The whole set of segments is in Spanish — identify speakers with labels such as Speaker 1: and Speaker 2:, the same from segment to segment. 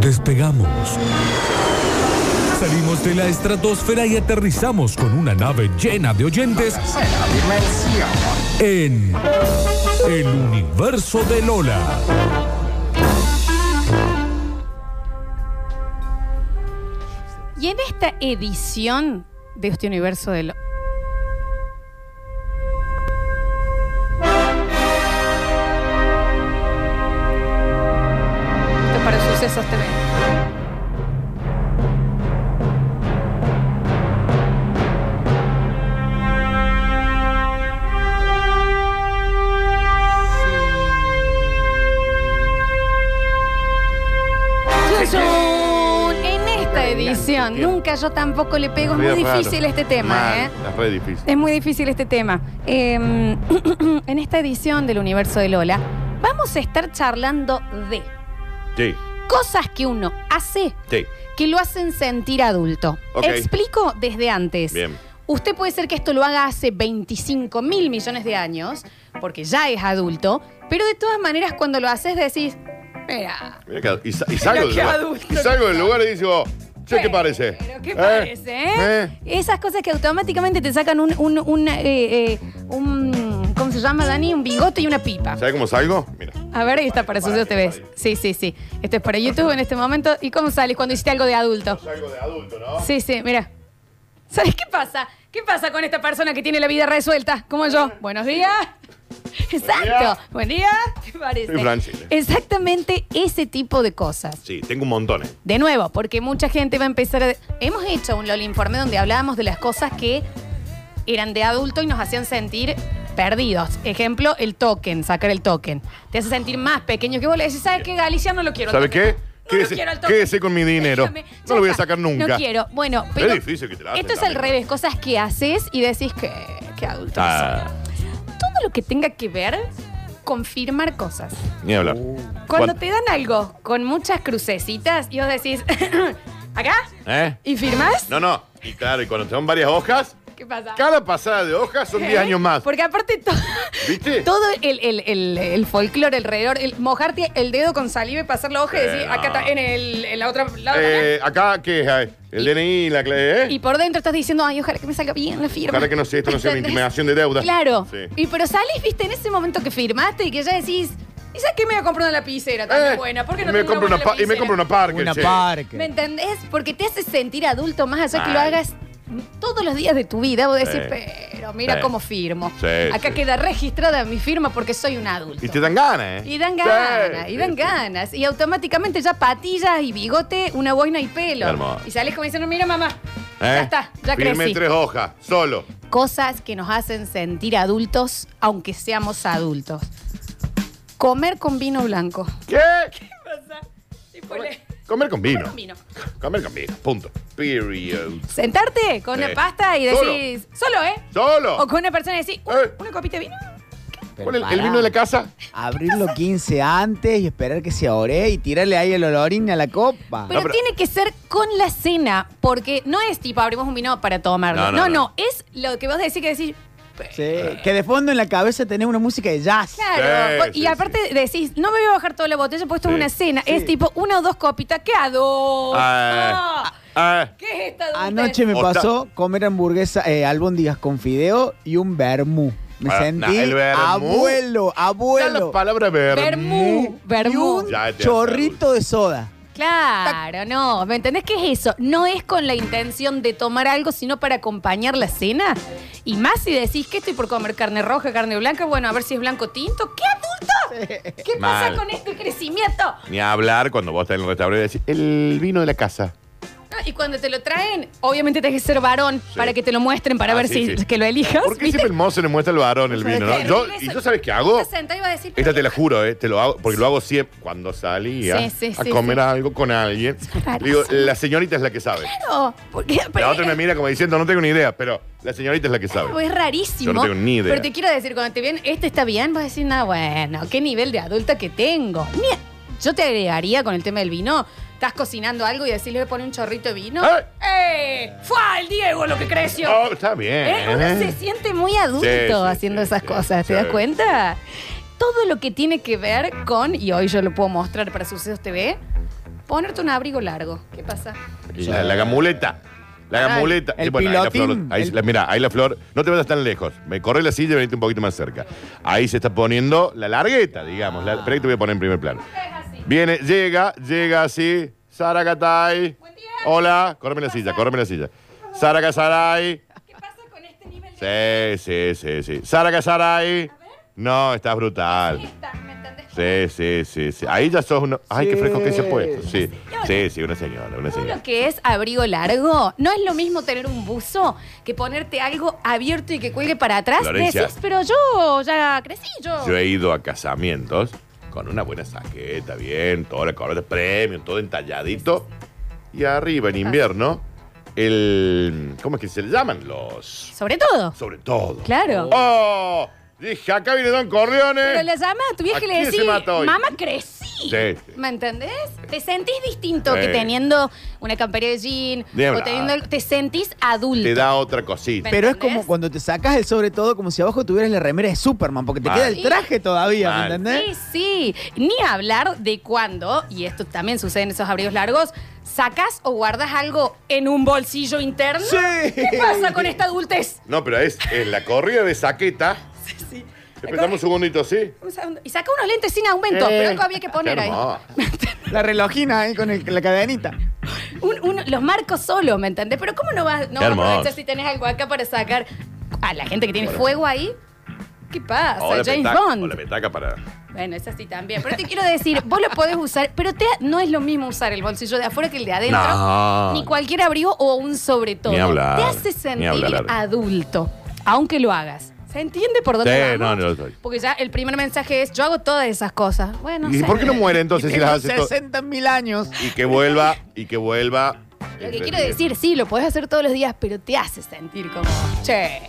Speaker 1: Despegamos. Salimos de la estratosfera y aterrizamos con una nave llena de oyentes en el universo de Lola.
Speaker 2: Y en esta edición de este universo de Lola. para Sucesos TV. Zun, En esta edición, nunca yo tampoco le pego, es muy
Speaker 3: Re raro.
Speaker 2: difícil este tema,
Speaker 3: Mal,
Speaker 2: ¿eh?
Speaker 3: Es re difícil.
Speaker 2: Es muy difícil este tema. Eh, en esta edición del universo de Lola, vamos a estar charlando de
Speaker 3: Sí,
Speaker 2: cosas que uno hace
Speaker 3: sí.
Speaker 2: que lo hacen sentir adulto.
Speaker 3: Ok.
Speaker 2: Explico desde antes.
Speaker 3: Bien.
Speaker 2: Usted puede ser que esto lo haga hace 25 mil millones de años, porque ya es adulto, pero de todas maneras cuando lo haces decís, mira,
Speaker 3: Mirá que- y, sa- y salgo del
Speaker 2: qué
Speaker 3: lugar.
Speaker 2: adulto
Speaker 3: Y salgo
Speaker 2: que
Speaker 3: del
Speaker 2: soy.
Speaker 3: lugar y digo, che, ¿qué
Speaker 2: Pero,
Speaker 3: parece?
Speaker 2: ¿Qué
Speaker 3: ¿Eh?
Speaker 2: parece? eh?
Speaker 3: ¿Eh?
Speaker 2: Esas cosas que automáticamente te sacan un, un, un, eh, eh, un- ¿cómo se llama, Dani? Un bigote y una pipa.
Speaker 3: ¿Sabes cómo salgo? Mira.
Speaker 2: A ver, ahí está para
Speaker 3: Para,
Speaker 2: Sucio
Speaker 3: para,
Speaker 2: TV.
Speaker 3: para.
Speaker 2: Sí, sí, sí. Esto es para YouTube en este momento. ¿Y cómo sales cuando hiciste algo de adulto?
Speaker 3: Salgo de adulto, ¿no?
Speaker 2: Sí, sí, mira. ¿Sabes qué pasa? ¿Qué pasa con esta persona que tiene la vida resuelta? Como yo. Buenos días. Exacto. Buen día. ¿eh? ¿Te parece?
Speaker 3: Soy Fran Chile.
Speaker 2: Exactamente ese tipo de cosas.
Speaker 3: Sí, tengo un montón. ¿eh?
Speaker 2: De nuevo, porque mucha gente va a empezar a... Hemos hecho un LOL informe donde hablábamos de las cosas que eran de adulto y nos hacían sentir perdidos. Ejemplo, el token, sacar el token. Te hace sentir más pequeño que vos le decís, ¿sabes qué, Galicia? No lo quiero. al
Speaker 3: ¿Sabe
Speaker 2: token".
Speaker 3: qué?
Speaker 2: No lo
Speaker 3: Quédese-
Speaker 2: quiero al token.
Speaker 3: quédese con mi dinero.
Speaker 2: Déjame,
Speaker 3: No
Speaker 2: ya
Speaker 3: lo voy a
Speaker 2: está.
Speaker 3: sacar nunca.
Speaker 2: No quiero. Bueno, pero...
Speaker 3: Es difícil que te la hacen
Speaker 2: Esto es al
Speaker 3: también,
Speaker 2: revés, cosas que haces y decís que, que adulto. que
Speaker 3: Ah,
Speaker 2: soy". Todo lo que tenga que ver con firmar cosas.
Speaker 3: ni hablar.
Speaker 2: Cuando
Speaker 3: Cuan-
Speaker 2: te dan algo con muchas crucecitas y vos decís, ¿acá?
Speaker 3: ¿Eh?
Speaker 2: ¿Y firmás?
Speaker 3: No, no. Y claro, y cuando son varias hojas,
Speaker 2: ¿Qué pasa?
Speaker 3: cada pasada de hojas son 10 años más.
Speaker 2: Porque aparte to-
Speaker 3: ¿Viste?
Speaker 2: todo el, el, el, el folclore alrededor, el mojarte el dedo con saliva y pasar la hoja y
Speaker 3: Sí,
Speaker 2: decir,
Speaker 3: Eh, no.
Speaker 2: acá está, en, el, en la otra lado.
Speaker 3: Eh, acá, ¿qué es? ahí? El
Speaker 2: Y-
Speaker 3: DNI, la clave, ¿eh?
Speaker 2: Y por dentro estás diciendo, ay, ojalá que me salga bien la firma.
Speaker 3: Ojalá que no sea esto, no sea una
Speaker 2: ¿Entendés?
Speaker 3: intimidación de deuda.
Speaker 2: Claro.
Speaker 3: Sí.
Speaker 2: Y pero salís, viste, en ese momento que firmaste y que ya decís, ¿y sabes qué me voy a comprar una lapicera tan
Speaker 3: Eh,
Speaker 2: buena? ¿Por qué no
Speaker 3: me
Speaker 2: tengo
Speaker 3: compro una
Speaker 2: buena
Speaker 3: pa- Y me
Speaker 2: lapicera?
Speaker 3: compro una Parker,
Speaker 4: Una
Speaker 3: che.
Speaker 4: parque.
Speaker 2: ¿Me entendés? Porque te hace sentir adulto más allá que lo
Speaker 3: Ay.
Speaker 2: hagas todos los días de tu vida. Vos decís,
Speaker 3: Sí.
Speaker 2: pero mira
Speaker 3: Sí.
Speaker 2: cómo firmo.
Speaker 3: Sí,
Speaker 2: Acá
Speaker 3: sí.
Speaker 2: queda registrada mi firma porque soy un adulto.
Speaker 3: Y te dan ganas, ¿eh?
Speaker 2: Y dan
Speaker 3: Sí,
Speaker 2: ganas, y
Speaker 3: sí,
Speaker 2: dan
Speaker 3: sí.
Speaker 2: ganas. Y automáticamente ya patillas y bigote, una boina y pelo.
Speaker 3: Qué hermoso.
Speaker 2: Y sales como diciendo, mira mamá,
Speaker 3: ¿Eh?
Speaker 2: ya está, ya
Speaker 3: Firmé
Speaker 2: crecí.
Speaker 3: tres hojas, solo.
Speaker 2: Cosas que nos hacen sentir adultos, aunque seamos adultos. Comer con vino blanco.
Speaker 3: ¿Qué?
Speaker 2: Y ponle-
Speaker 3: Comer con vino.
Speaker 2: con vino.
Speaker 3: Comer con vino, punto. Period.
Speaker 2: Sentarte con
Speaker 3: Sí.
Speaker 2: una pasta y decís, solo, ¿eh?
Speaker 3: Solo.
Speaker 2: O con una persona y decís, "Uh,
Speaker 3: Eh.
Speaker 2: una copita de vino.
Speaker 4: Pero
Speaker 3: ¿Cuál es el,
Speaker 4: pará.
Speaker 3: vino de la casa?
Speaker 4: Abrirlo 15 antes y esperar que se ore y tirarle ahí el olorín a la copa.
Speaker 2: Pero,
Speaker 3: No, pero-
Speaker 2: tiene que ser con la cena, porque no es tipo abrimos un vino para tomarlo. No,
Speaker 3: No,
Speaker 2: no,
Speaker 3: no, no.
Speaker 2: es lo que vos decís que decís.
Speaker 4: Sí, Que de fondo en la cabeza tenés una música de jazz.
Speaker 2: Claro,
Speaker 3: Sí,
Speaker 2: vos- y
Speaker 3: sí,
Speaker 2: aparte decís, no me voy a bajar toda la botella porque esto es
Speaker 3: Sí.
Speaker 2: una cena. Es
Speaker 4: Sí.
Speaker 2: tipo una o dos copitas. ¿Qué adulto?
Speaker 3: Ah. Ah,
Speaker 2: ¿Qué es esta adultez?
Speaker 4: Anoche me
Speaker 3: Otra-
Speaker 4: pasó comer hamburguesa, eh, albóndigas con fideo y un vermú. Me
Speaker 3: Ah,
Speaker 4: sentí
Speaker 3: nah, el vermú.
Speaker 4: abuelo,
Speaker 3: ya la
Speaker 4: abuelo.
Speaker 3: palabra vermú.
Speaker 2: Vermú. Vermú.
Speaker 4: Y un
Speaker 3: Ya te hace
Speaker 4: chorrito de soda.
Speaker 2: Claro, no. ¿Me entendés qué es eso? No es con la intención de tomar algo, sino para acompañar la cena. Y más si decís que estoy por comer carne roja, carne blanca, bueno, a ver si es blanco tinto. ¡Qué adulto! ¿Qué pasa
Speaker 3: Mal.
Speaker 2: con este crecimiento?
Speaker 3: Ni hablar cuando vos estás en el restaurante y decís, el vino de la casa.
Speaker 2: No, Y cuando te lo traen, obviamente tenés que ser varón
Speaker 3: Sí.
Speaker 2: para que te lo muestren, para
Speaker 3: Ah,
Speaker 2: ver
Speaker 3: sí,
Speaker 2: si
Speaker 3: sí.
Speaker 2: que lo elijas.
Speaker 3: ¿Por qué siempre el mozo le muestra al varón el vino? no?
Speaker 2: Terrible
Speaker 3: Yo,
Speaker 2: eso.
Speaker 3: ¿Y yo sabes qué hago?
Speaker 2: Te sentás y vas a decir,
Speaker 3: Esta te la juro, ¿eh? Te lo hago, porque lo hago siempre. Cuando salía
Speaker 2: Sí, sí,
Speaker 3: a
Speaker 2: sí,
Speaker 3: comer
Speaker 2: sí.
Speaker 3: algo con alguien,
Speaker 2: rarísimo.
Speaker 3: digo, la señorita es la que sabe.
Speaker 2: "Claro, ¿por qué?
Speaker 3: La otra me mira como diciendo, no tengo ni idea, pero la señorita es la que sabe.
Speaker 2: Es rarísimo.
Speaker 3: Yo no tengo ni idea.
Speaker 2: Pero te quiero decir, cuando te vienen, este está bien, vas a decir, nada, bueno, qué nivel de adulta que tengo. Mira, yo te agregaría con el tema del vino. Estás cocinando algo y decís, le voy a poner un chorrito de vino.
Speaker 3: ¡Eh!
Speaker 2: ¡Eh! ¡Fue al Diego lo que creció!
Speaker 3: Oh, está bien.
Speaker 2: ¿Eh? Uno se siente muy adulto
Speaker 3: Sí, sí,
Speaker 2: haciendo
Speaker 3: sí,
Speaker 2: esas
Speaker 3: sí,
Speaker 2: cosas, ¿te
Speaker 3: sí.
Speaker 2: das cuenta? Todo lo que tiene que ver con, y hoy yo lo puedo mostrar para Sucesos TV, Ponerte un abrigo largo. ¿Qué pasa?
Speaker 3: La, la gamuleta. La
Speaker 2: Ay,
Speaker 3: gamuleta.
Speaker 4: el
Speaker 3: Eh, ahí la
Speaker 4: pilotín,
Speaker 3: flor. Ahí,
Speaker 4: el-
Speaker 3: la- mira, ahí la flor. No te vayas tan lejos. Me corre la silla y venite un poquito más cerca. Ahí se está poniendo la largueta, digamos. La, espera que te voy a poner en primer plano. Viene, llega, llega así. Sara Gatay. Hola. Córreme la silla, córreme la silla. Sara Casaray.
Speaker 5: ¿Qué pasa con este nivel de
Speaker 3: Sí, sí, sí, sí. Sara Casaray. No, estás brutal.
Speaker 5: fiesta? ¿Me entendés?
Speaker 3: Sí, sí, sí, sí. Ahí ya sos una. Ay, qué
Speaker 4: Sí.
Speaker 3: fresco que se ha puesto. Sí, sí, sí, una señora, una
Speaker 2: Todo
Speaker 3: señora.
Speaker 2: lo que es abrigo largo, no es lo mismo tener un buzo que ponerte algo abierto y que cuelgue para atrás.
Speaker 3: Florencia.
Speaker 2: Decís, pero yo ya crecí yo.
Speaker 3: Yo he ido a casamientos con una buena saqueta, bien, toda la corbata, premium, todo entalladito. Y arriba, en invierno, el. ¿Cómo es que se le llaman? Los.
Speaker 2: Sobre todo.
Speaker 3: Sobre todo.
Speaker 2: Claro.
Speaker 3: ¡Oh! Dije, acá viene Don Corleone.
Speaker 2: Pero le llama a tu vieja
Speaker 3: ¿A
Speaker 2: y le
Speaker 3: quién se
Speaker 2: decís,
Speaker 3: mata hoy?
Speaker 2: mamá, crecí.
Speaker 3: Sí.
Speaker 2: ¿Me entendés? Te sentís distinto que
Speaker 3: Sí.
Speaker 2: teniendo una campera de jean
Speaker 3: Ni
Speaker 2: o
Speaker 3: hablar.
Speaker 2: teniendo... el- Te sentís adulto.
Speaker 3: Te da otra cosita.
Speaker 4: Pero es
Speaker 2: ¿Entendés?
Speaker 4: como cuando te sacas el sobre todo, como si abajo tuvieras la remera de Superman, porque te
Speaker 3: Mal.
Speaker 4: queda el traje todavía,
Speaker 3: Mal.
Speaker 4: ¿me entendés?
Speaker 2: Sí, sí. Ni hablar de cuando, y esto también sucede en esos abrigos largos, sacas o guardas algo en un bolsillo interno.
Speaker 4: Sí.
Speaker 2: ¿Qué pasa con esta adultez?
Speaker 3: No, pero es, es la corrida de saqueta.
Speaker 2: Sí, sí.
Speaker 3: Empezamos un segundito, ¿sí?
Speaker 2: Un segundo. Y saca unos lentes sin aumento,
Speaker 3: Eh,
Speaker 2: pero algo había que poner
Speaker 3: qué
Speaker 2: ahí.
Speaker 3: hermoso.
Speaker 4: La relojina ahí con el- la cadenita.
Speaker 2: Un- un- los marcos solo, ¿me entendés? Pero ¿cómo no vas, no
Speaker 3: Qué
Speaker 2: vas a
Speaker 3: hermoso.
Speaker 2: aprovechar si tenés algo acá para sacar a la gente que tiene fuego ahí? ¿Qué pasa?
Speaker 3: O la
Speaker 2: James
Speaker 3: petaca-
Speaker 2: Bond.
Speaker 3: O la petaca para.
Speaker 2: Bueno, es así también. Pero te quiero decir, vos lo podés usar, pero te, no es lo mismo usar el bolsillo de afuera que el de adentro.
Speaker 3: No.
Speaker 2: Ni cualquier abrigo o un sobre todo.
Speaker 3: Ni hablar,
Speaker 2: Te hace
Speaker 3: ni
Speaker 2: sentir
Speaker 3: hablar.
Speaker 2: adulto, aunque lo hagas. ¿Se entiende por dónde
Speaker 3: Sí,
Speaker 2: vamos?
Speaker 3: no, no, soy.
Speaker 2: Porque ya el primer mensaje es, yo hago todas esas cosas. Bueno,
Speaker 3: ¿Y
Speaker 2: sé.
Speaker 3: por qué no muere entonces si las hace todo?
Speaker 4: 60 mil años.
Speaker 3: Y que vuelva, y que vuelva. eh,
Speaker 2: Lo que quiero decir, sí, lo podés hacer todos los días, pero te hace sentir como, che,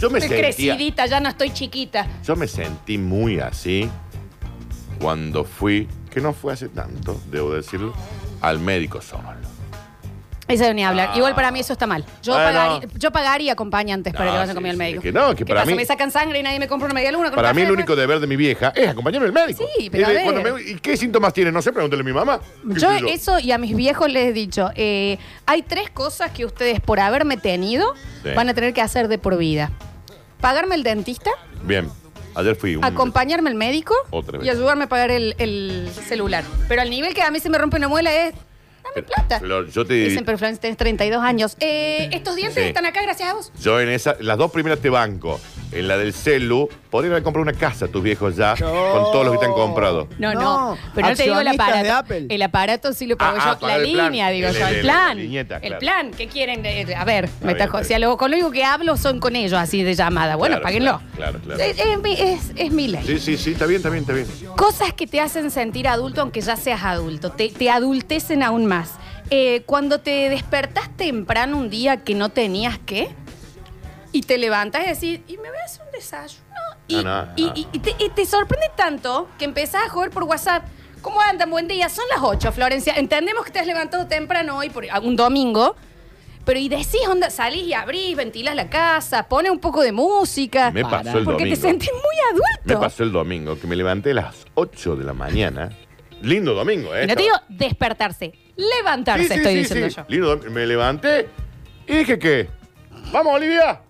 Speaker 3: Yo me
Speaker 2: estoy
Speaker 3: sentía,
Speaker 2: crecidita, ya no estoy chiquita.
Speaker 3: yo me sentí muy así cuando fui, que no fue hace tanto, debo decirlo, al médico solo.
Speaker 2: Eso de ni hablar. Igual para mí eso está mal. Yo,
Speaker 3: Bueno.
Speaker 2: pagaría, Ah. yo pagaría acompañantes para
Speaker 3: No,
Speaker 2: que vayan
Speaker 3: sí,
Speaker 2: conmigo al
Speaker 3: sí,
Speaker 2: médico.
Speaker 3: que no, que
Speaker 2: ¿Qué
Speaker 3: para
Speaker 2: pasa?
Speaker 3: mí-
Speaker 2: Me sacan sangre y nadie me compra una media luna. con
Speaker 3: Para
Speaker 2: un
Speaker 3: mí el
Speaker 2: café,
Speaker 3: único deber de mi vieja es acompañarme al médico.
Speaker 2: Sí, pero
Speaker 3: y,
Speaker 2: a
Speaker 3: cuando
Speaker 2: ver.
Speaker 3: me- ¿y qué síntomas tiene? No sé, pregúntale a mi mamá. ¿Qué
Speaker 2: Yo
Speaker 3: sé
Speaker 2: eso y a mis viejos les he dicho, eh, hay tres cosas que ustedes por haberme tenido
Speaker 3: Sí.
Speaker 2: van a tener que hacer de por vida. Pagarme el dentista,
Speaker 3: Bien, ayer fui un...
Speaker 2: acompañarme al médico
Speaker 3: Otra vez.
Speaker 2: y ayudarme a pagar el, el celular. Pero al nivel que a mí se me rompe una muela es, dame
Speaker 3: Pero,
Speaker 2: plata.
Speaker 3: Flor, yo te
Speaker 2: Dicen, pero Florencia, tenés 32 años. Eh, estos dientes
Speaker 3: Sí.
Speaker 2: están acá gracias a vos.
Speaker 3: Yo en esa, las dos primeras te banco. En la del celu, podrían haber comprado una casa tus viejos ya, con todos los que te han comprado.
Speaker 2: No, no,
Speaker 4: No,
Speaker 2: pero no te digo el
Speaker 4: accionistas
Speaker 2: aparato.
Speaker 4: de Apple.
Speaker 2: El aparato sí lo pago
Speaker 3: Ah, ah,
Speaker 2: yo.
Speaker 3: pagar
Speaker 2: La
Speaker 3: el plan.
Speaker 2: línea, digo
Speaker 3: El-
Speaker 2: yo,
Speaker 3: el-
Speaker 2: el
Speaker 3: el-
Speaker 2: plan.
Speaker 3: la viñeta,
Speaker 2: El
Speaker 3: claro.
Speaker 2: plan, ¿qué quieren? Eh, A ver, me
Speaker 3: bien,
Speaker 2: está
Speaker 3: está
Speaker 2: jo- si a lo- con lo único que hablo son con ellos, así de llamada. Bueno,
Speaker 3: Claro,
Speaker 2: páguenlo.
Speaker 3: claro, claro, claro.
Speaker 2: Es, es mi- es- es mi ley.
Speaker 3: Sí, sí, sí, está bien, está bien, está bien.
Speaker 2: Cosas que te hacen sentir adulto aunque ya seas adulto, te, te adultecen aún más. Eh, cuando te despertás temprano un día que no tenías que, y te levantas y decís, y me voy a hacer un desayuno. Y,
Speaker 3: No, Ah, no, no.
Speaker 2: y- y- y te, y te sorprende tanto que empezás a joder por WhatsApp. ¿Cómo andan? Buen día. Son las 8, Florencia. Entendemos que te has levantado temprano hoy, por un domingo. Pero y decís, onda, salís y abrís, ventilás la casa, pones un poco de música.
Speaker 3: Me
Speaker 4: Para.
Speaker 3: pasó el
Speaker 2: porque
Speaker 3: domingo.
Speaker 2: te sentís muy adulto.
Speaker 3: Me pasó el domingo, que me levanté a las 8 de la mañana. Lindo domingo, ¿eh?
Speaker 2: Y no te digo despertarse, levantarse,
Speaker 3: Sí, sí,
Speaker 2: estoy
Speaker 3: sí,
Speaker 2: diciendo
Speaker 3: sí.
Speaker 2: yo.
Speaker 3: Lindo domingo. Me levanté y dije que. ¡Vamos, Olivia!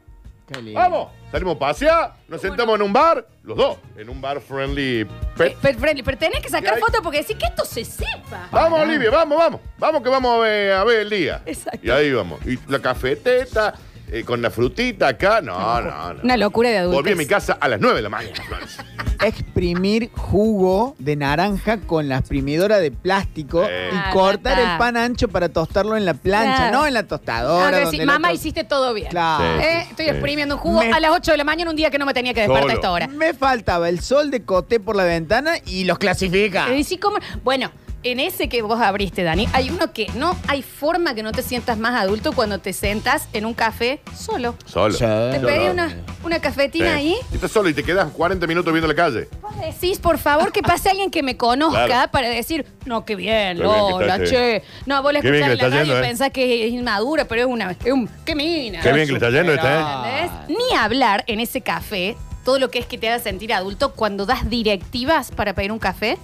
Speaker 4: Qué lindo.
Speaker 3: ¡Vamos! Salimos a pasear, nos sentamos en un bar, los dos, en un bar friendly pet.
Speaker 2: Eh, Pero, pero- pero tenés que sacar
Speaker 3: Ay.
Speaker 2: fotos porque decís que esto se sepa.
Speaker 3: Vamos, Olivia, vamos, vamos. Vamos que vamos a ver, a ver el día.
Speaker 2: Exacto.
Speaker 3: Y ahí vamos. Y la cafeteta, eh, con la frutita acá. No, no, no.
Speaker 2: Una locura de adultos.
Speaker 3: Volví a mi casa a las 9 de la mañana, Florencia.
Speaker 4: Exprimir jugo de naranja con la exprimidora de plástico
Speaker 3: Eh.
Speaker 4: y
Speaker 2: Ah,
Speaker 4: cortar
Speaker 2: papá.
Speaker 4: el pan ancho para tostarlo en la plancha,
Speaker 2: Claro.
Speaker 4: no en la
Speaker 2: Ahora
Speaker 4: tostadora.
Speaker 2: decís,
Speaker 4: donde el
Speaker 2: mamá,
Speaker 4: otro-
Speaker 2: hiciste todo bien.
Speaker 4: Claro.
Speaker 2: Eh,
Speaker 3: Sí,
Speaker 2: Estoy
Speaker 3: sí.
Speaker 2: exprimiendo un jugo
Speaker 4: Me-
Speaker 2: a las 8 de la mañana un día que no me tenía que despertar a esta
Speaker 3: Solo.
Speaker 2: hora.
Speaker 4: Me faltaba el sol de coté por la ventana y los clasifica.
Speaker 3: Ah.
Speaker 2: Y decís, ¿cómo? Bueno, en ese que vos abriste, Dani, hay uno que no hay forma que no te sientas más adulto cuando te sentas en un café solo.
Speaker 3: Solo.
Speaker 4: Sí.
Speaker 2: Te
Speaker 4: Yo
Speaker 2: pedí
Speaker 3: no.
Speaker 2: una, una cafetina
Speaker 3: Sí.
Speaker 2: ahí.
Speaker 3: Y estás solo y te quedas 40 minutos viendo la calle.
Speaker 2: Vos decís, por favor, que pase alguien que me conozca
Speaker 3: Claro.
Speaker 2: para decir, no, qué bien,
Speaker 3: Qué bien que
Speaker 2: Lola,
Speaker 3: estás,
Speaker 2: che. No, vos la
Speaker 3: Qué
Speaker 2: escuchás en
Speaker 3: bien que le
Speaker 2: la
Speaker 3: estás
Speaker 2: radio y
Speaker 3: yendo, ¿eh?
Speaker 2: pensás que es inmadura, pero es una... es un- ¡Qué mina!
Speaker 3: Qué bien que le está yendo esta, ¿eh?
Speaker 2: ¿Entendés? Ni hablar en ese café, todo lo que es que te haga sentir adulto cuando das directivas para pedir un café.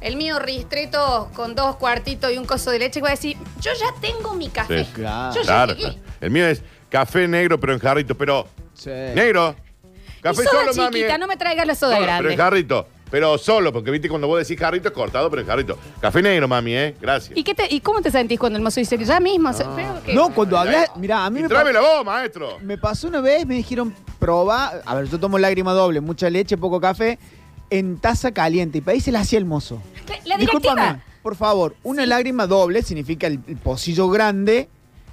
Speaker 2: el mío ristreto con dos cuartitos y un coso de leche, voy a decir, yo ya tengo mi café.
Speaker 3: Sí.
Speaker 4: Claro.
Speaker 2: Yo ya
Speaker 3: Claro,
Speaker 2: llegué.
Speaker 3: claro. El mío es café negro, pero en jarrito, pero.
Speaker 4: Sí.
Speaker 3: Negro.
Speaker 2: Y
Speaker 3: Café
Speaker 2: soda
Speaker 3: solo,
Speaker 2: chiquita,
Speaker 3: mami. eh.
Speaker 2: no me traigas la soda
Speaker 3: Solo, Pero en
Speaker 2: grande.
Speaker 3: jarrito. Pero solo, porque viste cuando vos decís jarrito es cortado, pero en jarrito. Café negro, mami, ¿eh? Gracias.
Speaker 2: ¿Y, qué te- ¿Y cómo te sentís cuando el mozo dice que ya mismo? se- creo que-
Speaker 4: No, cuando hablas, mira, a mí
Speaker 3: Y
Speaker 4: me, pa-
Speaker 3: tráeme la voz, maestro.
Speaker 4: me pasó una vez, me dijeron, proba, a ver, yo tomo lágrima doble, mucha leche, poco café, en taza caliente, y para ahí se la hacía el mozo.
Speaker 2: La- La directiva.
Speaker 4: por favor, una lágrima doble significa el, el pocillo grande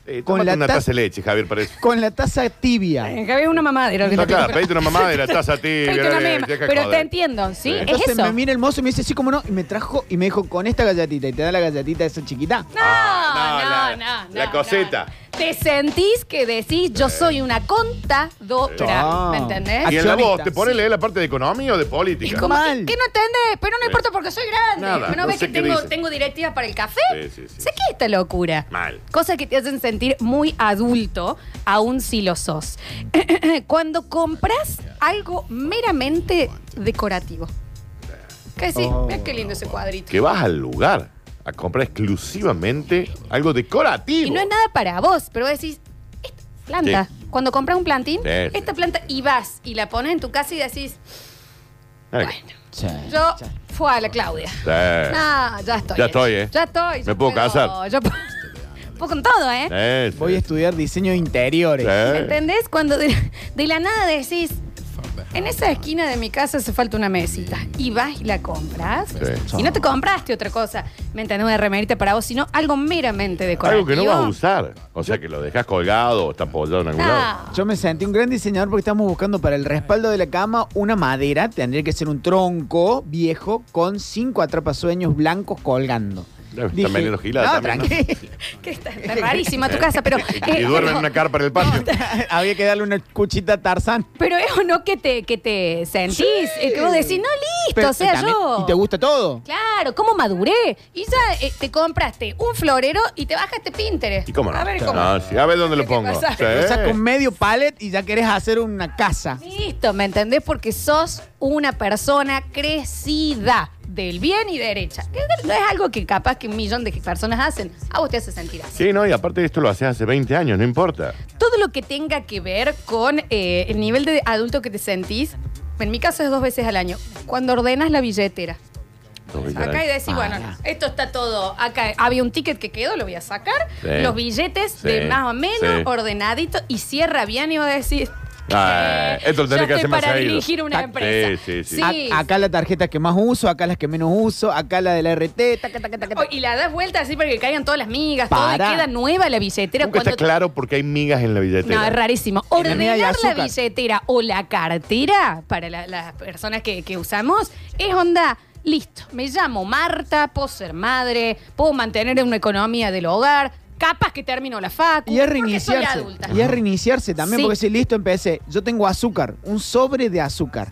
Speaker 3: Eh,
Speaker 4: Con
Speaker 3: tómate
Speaker 4: la
Speaker 3: una
Speaker 4: ta-
Speaker 3: taza de leche, Javier, parece.
Speaker 4: con la taza tibia.
Speaker 2: Eh, Javier, una mamadera.
Speaker 3: No, claro, pediste una mamá de la taza a ti.
Speaker 2: Pediste una mema. Pero te entiendo, ¿sí?
Speaker 3: Sí.
Speaker 2: Es
Speaker 4: Entonces
Speaker 2: eso.
Speaker 4: me mira el mozo y me dice, sí, cómo no, y me trajo y me dijo, con esta galletita, y te da la galletita esa chiquita.
Speaker 2: No,
Speaker 3: Ah,
Speaker 2: no,
Speaker 3: no,
Speaker 2: no,
Speaker 3: la-
Speaker 2: no.
Speaker 3: la
Speaker 2: no,
Speaker 3: coseta.
Speaker 2: no. Te sentís que decís, yo soy una contadora.
Speaker 4: Sí.
Speaker 2: ¿Me entendés?
Speaker 3: Y en la voz,
Speaker 4: Accionista.
Speaker 3: ¿te pones a leer la parte de economía o de
Speaker 2: Y
Speaker 3: política?
Speaker 2: como
Speaker 4: Mal.
Speaker 2: que no entendés, pero no importa porque soy grande.
Speaker 3: Nada,
Speaker 2: ¿No,
Speaker 3: no
Speaker 2: ves
Speaker 3: sé
Speaker 2: que
Speaker 3: qué
Speaker 2: tengo,
Speaker 3: dice.
Speaker 2: tengo directivas para el café?
Speaker 3: Sí, sí, sí.
Speaker 2: ¿Se qué es esta locura?
Speaker 3: Mal.
Speaker 2: Cosas que te hacen sentir muy adulto, aún si lo sos. Cuando compras algo meramente decorativo. Que decís,
Speaker 4: Oh.
Speaker 2: mira qué lindo ese cuadrito.
Speaker 3: Que vas al lugar a comprar exclusivamente algo decorativo.
Speaker 2: Y no es nada para vos, pero vos decís, esta planta. Cuando compras un plantín,
Speaker 3: Sí, sí.
Speaker 2: esta planta y vas y la pones en tu casa y decís,
Speaker 3: Ay,
Speaker 4: Sí.
Speaker 2: yo fue a la Claudia.
Speaker 3: sí.
Speaker 2: No, ya estoy.
Speaker 3: Eh. Ya estoy, ¿eh?
Speaker 2: Ya estoy.
Speaker 3: Me
Speaker 2: yo
Speaker 3: puedo casar.
Speaker 2: Yo puedo, puedo con todo, ¿eh?
Speaker 3: Sí, sí,
Speaker 4: Voy a
Speaker 3: sí.
Speaker 4: estudiar diseño de interiores.
Speaker 3: Eh.
Speaker 2: ¿Entendés? Cuando de, de la nada decís, en esa esquina de mi casa hace falta una mesita. Y vas y la compras.
Speaker 3: Sí.
Speaker 2: Y no te compraste otra cosa, me entendés, una remerita para vos, sino algo meramente decorativo.
Speaker 3: Algo que no vas a usar. O sea, que lo dejas colgado o está apoyado en algún lado.
Speaker 2: No.
Speaker 4: Yo me sentí un gran diseñador porque estamos buscando para el respaldo de la cama una madera, tendría que ser un tronco viejo con cinco atrapasueños blancos colgando.
Speaker 3: Ya, están vendiendo giladas
Speaker 4: no,
Speaker 3: también, ¿no?"
Speaker 4: tranqui.
Speaker 2: Que está, está rarísima tu casa, pero.
Speaker 3: Y
Speaker 2: eh,
Speaker 3: duermen en
Speaker 2: pero-
Speaker 3: una carpa en el patio.
Speaker 4: Había que darle una cuchita a Tarzán.
Speaker 2: Pero es o no que te, que te sentís, eh, que vos decís, no, listo,
Speaker 4: Pero-
Speaker 2: o sea,
Speaker 4: y también-
Speaker 2: yo.
Speaker 4: ¿Y te gusta todo?
Speaker 2: Claro, ¿cómo maduré? Y ya eh, te compraste un florero y te bajaste Pinterest.
Speaker 3: ¿Y cómo no?
Speaker 2: A ver cómo.
Speaker 3: No, sí, a ver dónde lo
Speaker 2: ¿Qué
Speaker 3: pongo.
Speaker 2: pasa?
Speaker 3: Sí.
Speaker 4: Lo saco medio palet y ya querés hacer una casa.
Speaker 2: Listo, ¿me entendés? Porque sos una persona crecida del bien y derecha. Que no es algo que capaz que un millón de personas hacen. A vos te hace sentir así.
Speaker 3: Sí, no, y aparte esto lo haces hace 20 años, no importa.
Speaker 2: Todo lo que tenga que ver con eh, el nivel de adulto que te sentís, en mi caso es dos veces al año, cuando ordenas la billetera. Acá y decís, bueno,
Speaker 3: Ah.
Speaker 2: no, esto está todo. Acá había un ticket que quedó, lo voy a sacar.
Speaker 3: Sí.
Speaker 2: Los billetes de
Speaker 3: Sí.
Speaker 2: más o menos
Speaker 3: Sí.
Speaker 2: ordenadito y cierra bien y va a decir.
Speaker 3: Ah, esto lo
Speaker 2: yo
Speaker 3: tenés que
Speaker 2: estoy
Speaker 3: hacer más
Speaker 2: para
Speaker 3: seguido.
Speaker 2: dirigir una
Speaker 3: Sí,
Speaker 2: empresa.
Speaker 3: sí, sí.
Speaker 4: A- acá la tarjeta que más uso, acá las que menos uso, acá la de la RT, taca, taca, taca,
Speaker 2: Oh,
Speaker 4: taca.
Speaker 2: y la das vuelta así para que caigan todas las migas, todo.
Speaker 4: Pará.
Speaker 2: Y queda nueva la billetera.
Speaker 3: Nunca está
Speaker 2: cuando-
Speaker 3: claro porque hay migas en la billetera.
Speaker 2: No, es rarísimo.
Speaker 4: En la media hay
Speaker 2: Ordenar la
Speaker 4: azúcar.
Speaker 2: billetera o la cartera para la- las personas que, que usamos es onda. Listo, me llamo Marta, puedo ser madre, puedo mantener una economía del hogar, capaz que termino la facu.
Speaker 4: Y
Speaker 2: porque soy
Speaker 4: es reiniciarse.
Speaker 2: adulta.
Speaker 4: Y es reiniciarse también,
Speaker 2: Sí.
Speaker 4: porque si listo empecé, yo tengo azúcar, un sobre de azúcar.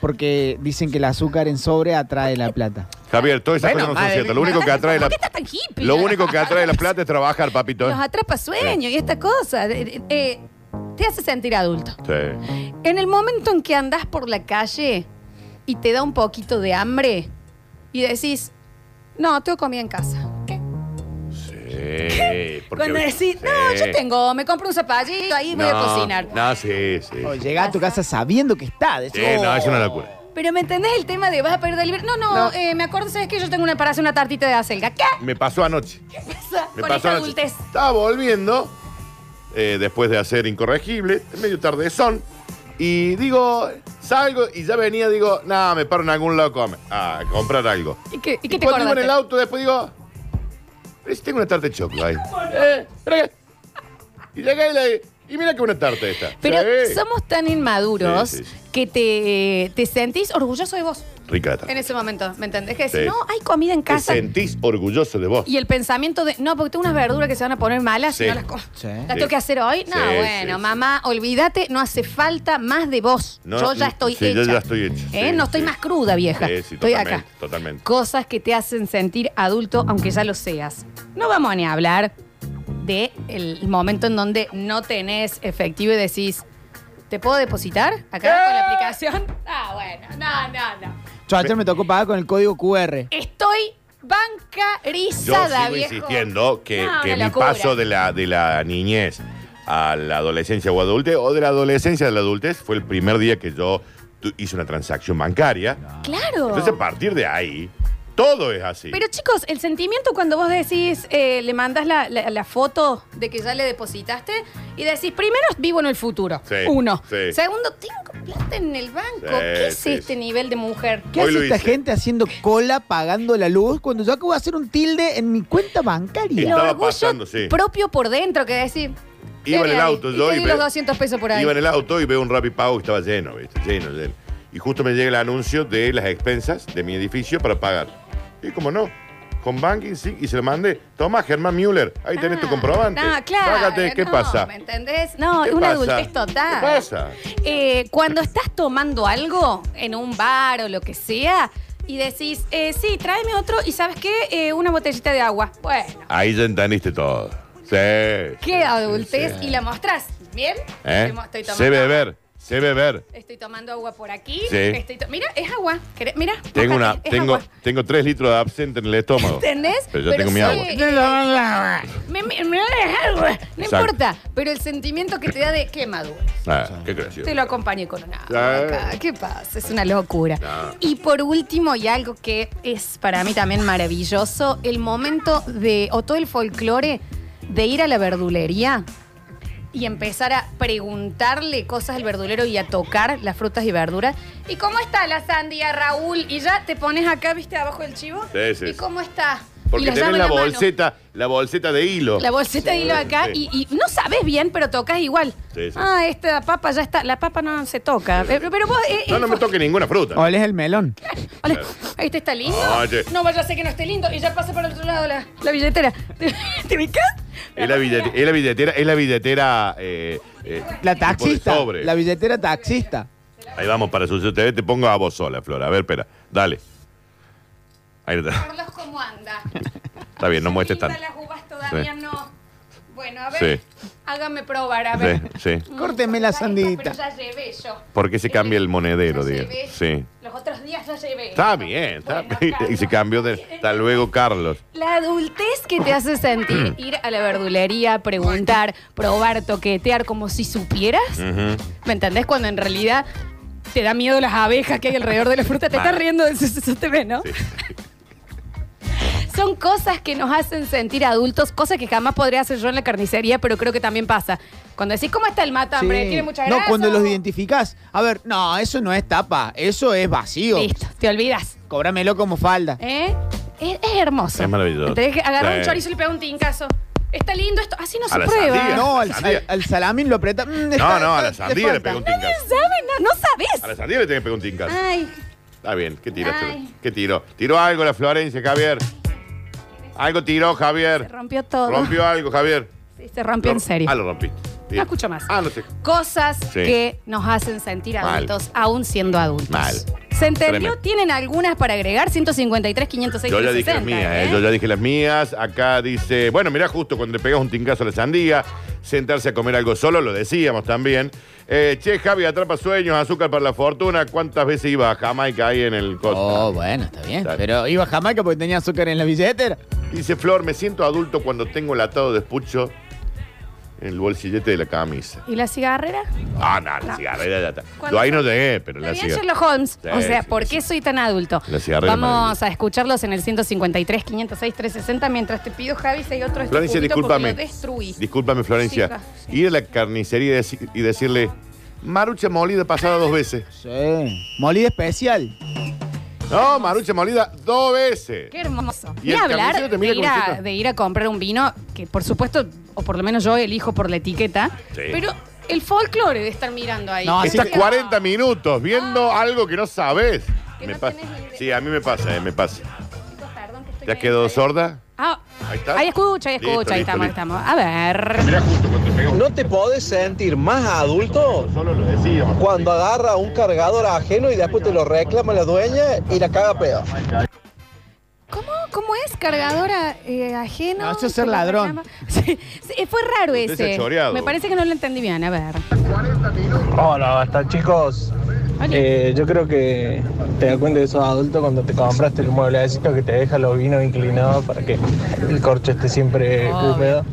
Speaker 4: Porque dicen que el azúcar en sobre atrae la plata.
Speaker 3: Javier, todas esas
Speaker 4: Bueno,
Speaker 3: cosas no son
Speaker 4: madre
Speaker 3: ciertas. Lo
Speaker 2: mía.
Speaker 3: único que atrae la,
Speaker 2: ¿Por qué estás tan hippie?
Speaker 3: lo único que atrae la plata es trabajar, papito.
Speaker 2: Los atrapa sueños y esta cosa. eh, eh, eh, te hace sentir adulto.
Speaker 3: Sí.
Speaker 2: En el momento en que andás por la calle y te da un poquito de hambre y decís, no, tengo comida en casa. ¿Qué?
Speaker 3: Sí. porque-
Speaker 2: Cuando decís, no,
Speaker 3: Sí.
Speaker 2: yo tengo, me compro un zapallito, ahí voy a
Speaker 3: No,
Speaker 2: cocinar.
Speaker 3: No, sí, sí.
Speaker 4: O llega a tu casa sabiendo que está. decís,
Speaker 3: Sí, no,
Speaker 4: "Oh".
Speaker 3: es una locura.
Speaker 2: Pero ¿me entendés el tema de vas a perder delivery? No, no,
Speaker 4: No.
Speaker 2: eh, me acuerdo, ¿sabes qué? Yo tengo una para hacer una tartita de acelga. ¿Qué
Speaker 3: Me pasó anoche.
Speaker 2: pasa
Speaker 3: Me
Speaker 2: con
Speaker 3: pasó
Speaker 2: esta
Speaker 3: anoche.
Speaker 2: adultez?
Speaker 3: Estaba volviendo, eh, después de hacer Incorregible, medio tarde son, y digo, salgo y ya venía, digo, nada, me paro en algún lado a, comer- a comprar algo.
Speaker 2: ¿Y qué, y qué
Speaker 3: Y
Speaker 2: te
Speaker 3: cuando iba en
Speaker 2: acordaste?
Speaker 3: el auto, después digo, pero si tengo una tarta de choclo ahí. Eh, pero acá. y llegué y la y mira que una tarta esta.
Speaker 2: Pero
Speaker 3: Sí.
Speaker 2: somos tan inmaduros
Speaker 3: Sí, sí, sí.
Speaker 2: que te, te sentís orgulloso de vos
Speaker 3: Rica la tarta.
Speaker 2: en ese momento. ¿Me entendés? Que decís,
Speaker 3: Sí.
Speaker 2: no, hay comida en
Speaker 3: Te
Speaker 2: casa.
Speaker 3: sentís orgulloso de vos.
Speaker 2: Y el pensamiento de, no, porque tengo unas verduras que se van a poner malas
Speaker 3: Sí.
Speaker 2: y no las como.
Speaker 4: Sí.
Speaker 2: ¿Las
Speaker 3: Sí.
Speaker 2: tengo que hacer hoy? No,
Speaker 3: Sí,
Speaker 2: bueno,
Speaker 3: sí,
Speaker 2: mamá, olvídate, no hace falta más de vos.
Speaker 3: No,
Speaker 2: yo ya
Speaker 3: no,
Speaker 2: estoy
Speaker 3: sí, yo
Speaker 2: hecha.
Speaker 3: ya estoy hecha,
Speaker 2: ¿Eh?
Speaker 3: sí,
Speaker 2: no estoy
Speaker 3: sí.
Speaker 2: más cruda, vieja.
Speaker 3: Sí, sí,
Speaker 2: estoy
Speaker 3: totalmente,
Speaker 2: acá.
Speaker 3: totalmente.
Speaker 2: Cosas que te hacen sentir adulto, aunque ya lo seas. No vamos ni a hablar de el momento en donde no tenés efectivo y decís, ¿te puedo depositar acá con la aplicación? Ah, bueno, no, no, no.
Speaker 4: Yo ayer me tocó pagar con el código QR.
Speaker 2: Estoy
Speaker 3: Yo
Speaker 2: bancarizada,
Speaker 3: sigo
Speaker 2: viejo.
Speaker 3: insistiendo que,
Speaker 2: No,
Speaker 3: que
Speaker 2: una
Speaker 3: mi
Speaker 2: locura.
Speaker 3: paso de la, de la niñez a la adolescencia o adultez, o de la adolescencia a la adultez, fue el primer día que yo tu- hice una transacción bancaria.
Speaker 2: Claro.
Speaker 3: Entonces, a partir de ahí, todo es así.
Speaker 2: Pero chicos, el sentimiento cuando vos decís, eh, le mandas la, la- la foto de que ya le depositaste y decís, primero vivo en el futuro.
Speaker 3: Sí,
Speaker 2: Uno.
Speaker 3: sí.
Speaker 2: Segundo, tengo plata en el banco.
Speaker 3: Sí,
Speaker 2: ¿Qué es
Speaker 3: sí,
Speaker 2: este
Speaker 3: sí.
Speaker 2: nivel de mujer?
Speaker 4: ¿Qué
Speaker 3: Hoy lo
Speaker 4: hace esta
Speaker 3: hice.
Speaker 4: gente haciendo cola pagando la luz cuando yo acabo de hacer un tilde en mi cuenta
Speaker 3: Sí.
Speaker 4: bancaria?
Speaker 2: El
Speaker 3: Estaba
Speaker 2: orgullo
Speaker 3: pasando, sí.
Speaker 2: propio por dentro que decís.
Speaker 3: Iba en el
Speaker 2: "Dale,
Speaker 3: auto
Speaker 2: y
Speaker 3: yo
Speaker 2: te
Speaker 3: y
Speaker 2: di
Speaker 3: ve-
Speaker 2: los 200 pesos por ahí.
Speaker 3: Iba en el auto y veo un Rappi Pago que estaba lleno, ¿viste? Lleno, lleno. Y justo me llega el anuncio de las expensas de mi edificio para pagar. Y como no, con Banking sí, y se lo mandé. Toma, Germán Müller, ahí tenés tu
Speaker 2: Ah,
Speaker 3: comprobante.
Speaker 2: No, claro.
Speaker 3: Sácate, ¿qué
Speaker 2: no,
Speaker 3: pasa?
Speaker 2: ¿Me entendés? No,
Speaker 3: ¿Qué
Speaker 2: una
Speaker 3: pasa?
Speaker 2: adultez total.
Speaker 3: ¿Qué pasa?
Speaker 2: Eh, cuando estás tomando algo en un bar o lo que sea y decís, eh, sí, tráeme otro y ¿sabes qué? Eh, una botellita de agua. Bueno,
Speaker 3: Ahí ya entendiste todo. Sí.
Speaker 2: qué adultez. Y la mostrás, ¿bien?
Speaker 3: ¿Eh?
Speaker 2: Estoy tomando
Speaker 3: Sé beber, sé beber.
Speaker 2: Estoy tomando agua por aquí.
Speaker 3: Sí.
Speaker 2: Estoy to- Mira, es agua. ¿Querés? Mira. mojate,
Speaker 3: Tengo, una,
Speaker 2: es
Speaker 3: tengo,
Speaker 2: agua.
Speaker 3: tengo tres litros de absente en el estómago.
Speaker 2: ¿Entendés?
Speaker 3: Pero yo tengo mi
Speaker 2: soy-
Speaker 3: agua.
Speaker 2: Me, me, me das agua. No
Speaker 3: Exacto.
Speaker 2: importa. Pero el sentimiento que te da de qué maduro.
Speaker 3: Ah, qué gracioso.
Speaker 2: Te lo acompañé con una
Speaker 3: Ya.
Speaker 2: boca. ¿Qué pasa? Es una locura.
Speaker 3: Ya.
Speaker 2: Y por último, y algo que es para mí también maravilloso, el momento de, o todo el folclore, de ir a la verdulería y empezar a preguntarle cosas al verdulero y a tocar las frutas y verduras. ¿Y cómo está la sandía, Raúl? Y ya te pones acá, viste, abajo del chivo.
Speaker 3: Sí, sí,
Speaker 2: ¿Y
Speaker 3: sí.
Speaker 2: cómo está? y
Speaker 3: Porque
Speaker 2: las llama
Speaker 3: tenés
Speaker 2: en
Speaker 3: la
Speaker 2: mano.
Speaker 3: bolseta, la bolseta de hilo.
Speaker 2: La bolseta de hilo acá y, y no sabes bien, pero tocas igual.
Speaker 3: Sí, sí.
Speaker 2: Ah, esta papa ya está. La papa no se toca. Pero, pero vos. eh,
Speaker 3: No,
Speaker 2: eh,
Speaker 3: no me
Speaker 2: vos-
Speaker 3: toque ninguna fruta.
Speaker 4: ¿O es el melón?
Speaker 2: Hola, este está lindo.
Speaker 3: Oye.
Speaker 2: No vaya a ser que no esté lindo y ya pasa por el otro lado la, la billetera. ¿Te, te ubicas?
Speaker 3: Es la, billete- es la billetera, es la billetera. eh, eh,
Speaker 4: La
Speaker 3: tipo de
Speaker 4: taxista.
Speaker 3: sobre.
Speaker 4: La billetera taxista.
Speaker 3: Ahí vamos para Sucio TV. Te pongo a vos sola, Flora. A ver, espera. Dale. Ahí está.
Speaker 5: Carlos, ¿cómo anda?
Speaker 3: Está bien, no muestres
Speaker 5: Linda,
Speaker 3: tanto.
Speaker 5: las uvas todavía
Speaker 3: Sí.
Speaker 5: no. Bueno, a ver, hágame probar, a ver.
Speaker 3: Sí, sí.
Speaker 4: Córteme la
Speaker 5: Esta,
Speaker 4: sandita.
Speaker 5: Pero ya llevé yo.
Speaker 3: ¿Por qué se
Speaker 2: Eh,
Speaker 3: cambia el monedero,
Speaker 5: Ya
Speaker 3: Diego?
Speaker 5: llevé.
Speaker 3: Sí.
Speaker 5: Los otros días ya llevé.
Speaker 3: Está bien, está
Speaker 5: Bueno,
Speaker 3: bien. Y
Speaker 5: Carlos.
Speaker 3: se cambió de. Hasta luego, Carlos.
Speaker 2: La adultez que te hace
Speaker 3: Mm.
Speaker 2: sentir ir a la verdulería, preguntar, probar, toquetear como si supieras.
Speaker 3: Ujú.
Speaker 2: ¿Me entendés? Cuando en realidad te da miedo las abejas que hay alrededor de la fruta. Te
Speaker 3: Mal.
Speaker 2: estás riendo de eso, te ve, ¿no?
Speaker 3: Sí.
Speaker 2: Son cosas que nos hacen sentir adultos, cosas que jamás podría hacer yo en la carnicería, pero creo que también pasa. Cuando decís, ¿cómo está el matambre?
Speaker 4: Sí.
Speaker 2: ¿Tiene mucha
Speaker 4: no,
Speaker 2: grasa?
Speaker 4: cuando
Speaker 2: o-
Speaker 4: los identificás. A ver, no, eso no es tapa, eso es vacío.
Speaker 2: Listo, te olvidas.
Speaker 4: Cóbramelo como falda.
Speaker 2: ¿Eh? Es, es hermoso.
Speaker 3: Es maravilloso.
Speaker 2: Entonces, agarrar
Speaker 3: Sí.
Speaker 2: un chorizo y le pega un tincazo. Está lindo esto. Así no
Speaker 3: A
Speaker 2: se
Speaker 3: la
Speaker 2: prueba.
Speaker 3: sandía.
Speaker 2: No
Speaker 4: No, al,
Speaker 3: Sandía.
Speaker 4: al- al salamín lo aprieta. mm,
Speaker 3: No,
Speaker 4: está-
Speaker 3: no, a la
Speaker 4: le
Speaker 3: sandía le
Speaker 4: falta.
Speaker 3: pegó un tincazo.
Speaker 2: sabes, no, no
Speaker 3: A la
Speaker 2: sabes.
Speaker 3: sandía le tengo que pegar un tincazo.
Speaker 2: Ay,
Speaker 3: Está bien, ¿qué tiraste?
Speaker 5: Ay.
Speaker 3: ¿Qué tiró? Tiró algo la Florencia, Javier. Algo tiró,
Speaker 2: se
Speaker 3: Javier.
Speaker 2: rompió todo.
Speaker 3: Rompió algo, Javier.
Speaker 2: Sí, se rompió en
Speaker 3: Lo-
Speaker 2: serio.
Speaker 3: Ah, lo rompiste. Bien.
Speaker 2: No escucho más.
Speaker 3: Ah, no sé.
Speaker 2: Cosas
Speaker 3: Sí.
Speaker 2: que nos hacen sentir
Speaker 3: Mal.
Speaker 2: adultos, aún siendo adultos.
Speaker 3: Mal.
Speaker 2: ¿Se entendió?
Speaker 3: Tremendo.
Speaker 2: ¿Tienen algunas para agregar? 153, 506,
Speaker 3: Yo ya dije las
Speaker 2: 360,
Speaker 3: mías, ¿eh?
Speaker 2: ¿eh?
Speaker 3: yo ya dije las mías. Acá dice, bueno, mirá, justo cuando le pegas un tincazo a la sandía, sentarse a comer algo solo, lo decíamos también. Eh, che, Javi, atrapa sueños, azúcar para la fortuna. ¿Cuántas veces iba a Jamaica ahí en el costo?
Speaker 4: Oh, bueno, está bien.
Speaker 3: Está bien.
Speaker 4: Pero iba a Jamaica porque tenía azúcar en la billetera.
Speaker 3: Dice Flor, me siento adulto cuando tengo el atado de espucho en el bolsillete de la camisa.
Speaker 2: ¿Y la cigarrera?
Speaker 3: Ah, no, la
Speaker 2: No.
Speaker 3: cigarrera ya está.
Speaker 2: Cuando
Speaker 3: Yo ahí no
Speaker 2: son-
Speaker 3: llegué, pero la
Speaker 2: Bien,
Speaker 3: cigarrera.
Speaker 2: Sherlock Holmes.
Speaker 3: Sí,
Speaker 2: o sea,
Speaker 3: sí,
Speaker 2: ¿por
Speaker 3: sí.
Speaker 2: qué soy tan adulto?
Speaker 3: La cigarrera
Speaker 2: Vamos
Speaker 3: maravillosa.
Speaker 2: a escucharlos en el 153, 506, 360. Mientras te pido, Javi, si hay otro
Speaker 3: Florencia,
Speaker 2: juguito
Speaker 3: discúlpame.
Speaker 2: porque lo destruí.
Speaker 3: Discúlpame, Florencia.
Speaker 2: Sí, sí.
Speaker 3: Ir a la carnicería y deci- y decirle, Marucha molida pasada dos veces.
Speaker 4: Sí. Molida especial.
Speaker 3: No, Marucha molida dos veces.
Speaker 2: Qué hermoso.
Speaker 3: Y
Speaker 2: Ni
Speaker 3: el
Speaker 2: hablar
Speaker 3: carnicero te
Speaker 2: de
Speaker 3: mira
Speaker 2: ir,
Speaker 3: como si
Speaker 2: a,
Speaker 3: fuera-
Speaker 2: de ir a comprar un vino que, por supuesto, o por lo menos yo elijo por la etiqueta,
Speaker 3: Sí.
Speaker 2: pero el folclore de estar mirando ahí.
Speaker 4: No, así
Speaker 3: Estás
Speaker 4: que-
Speaker 3: 40 minutos viendo
Speaker 2: Ah.
Speaker 3: algo que no sabes.
Speaker 5: Que
Speaker 3: Me
Speaker 5: no
Speaker 3: pasa.
Speaker 5: tenés idea.
Speaker 3: Sí, a mí me pasa, eh, me pasa.
Speaker 5: Chicos, perdón que estoy
Speaker 3: ¿Te has
Speaker 5: medio
Speaker 3: quedado
Speaker 5: distraída.
Speaker 3: sorda?
Speaker 2: Ah,
Speaker 3: Ahí está.
Speaker 2: Ahí escucha, ahí escucha,
Speaker 3: Listo,
Speaker 2: ahí
Speaker 3: listo,
Speaker 2: estamos, ahí estamos.
Speaker 3: listo.
Speaker 2: A ver.
Speaker 3: Mirá justo cuando te pegó.
Speaker 6: ¿No te podés sentir más adulto
Speaker 3: Solo lo decíamos.
Speaker 6: cuando agarra un cargador ajeno y después te lo reclama la dueña y la caga pedo?
Speaker 2: ¿Cómo, cómo es? ¿Cargadora eh, ajeno?
Speaker 4: No, eso es ser ladrón.
Speaker 2: Sí, sí, fue raro
Speaker 3: Usted se
Speaker 2: ese.
Speaker 3: ha choreado.
Speaker 2: Me parece que no lo entendí bien, a ver.
Speaker 6: Hola, basta chicos. Eh, yo creo que te das cuenta de esos adultos cuando te compraste el mueblecito que te deja los vinos inclinados para que el corcho esté siempre
Speaker 2: Obvio.
Speaker 6: húmedo.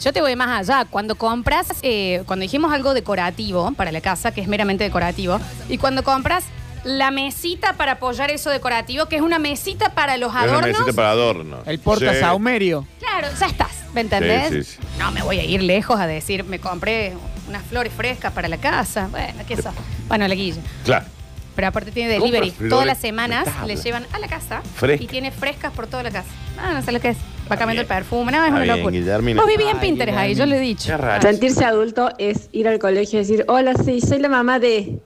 Speaker 2: Yo te voy más allá. Cuando compras, eh, cuando dijimos algo decorativo para la casa, que es meramente decorativo, y cuando compras la mesita para apoyar eso decorativo, que es una mesita para los
Speaker 3: Es una
Speaker 2: adornos.
Speaker 3: mesita para adorno.
Speaker 4: El porta
Speaker 3: Sí.
Speaker 4: saumerio.
Speaker 2: Claro, ya estás. ¿Me entendés?
Speaker 3: Sí, sí, sí.
Speaker 2: No me voy a ir lejos a decir, me compré unas flores frescas para la casa. Bueno, qué eso. Bueno, la guilla.
Speaker 3: Claro.
Speaker 2: Pero aparte tiene
Speaker 3: Compra
Speaker 2: delivery.
Speaker 3: flores
Speaker 2: Todas las
Speaker 3: de
Speaker 2: semanas
Speaker 3: tabla.
Speaker 2: le llevan a la casa
Speaker 3: Fresca.
Speaker 2: y tiene frescas por toda la casa. Ah, no sé lo que es. Va cambiando el perfume. No, es
Speaker 3: Está
Speaker 2: una
Speaker 3: bien,
Speaker 2: locura.
Speaker 3: Guillermina.
Speaker 2: Vos vivís en
Speaker 4: Ay,
Speaker 2: Pinterest ahí, yo lo he dicho.
Speaker 3: Es raro.
Speaker 7: Sentirse adulto es ir al colegio y decir, hola, sí, soy la mamá de...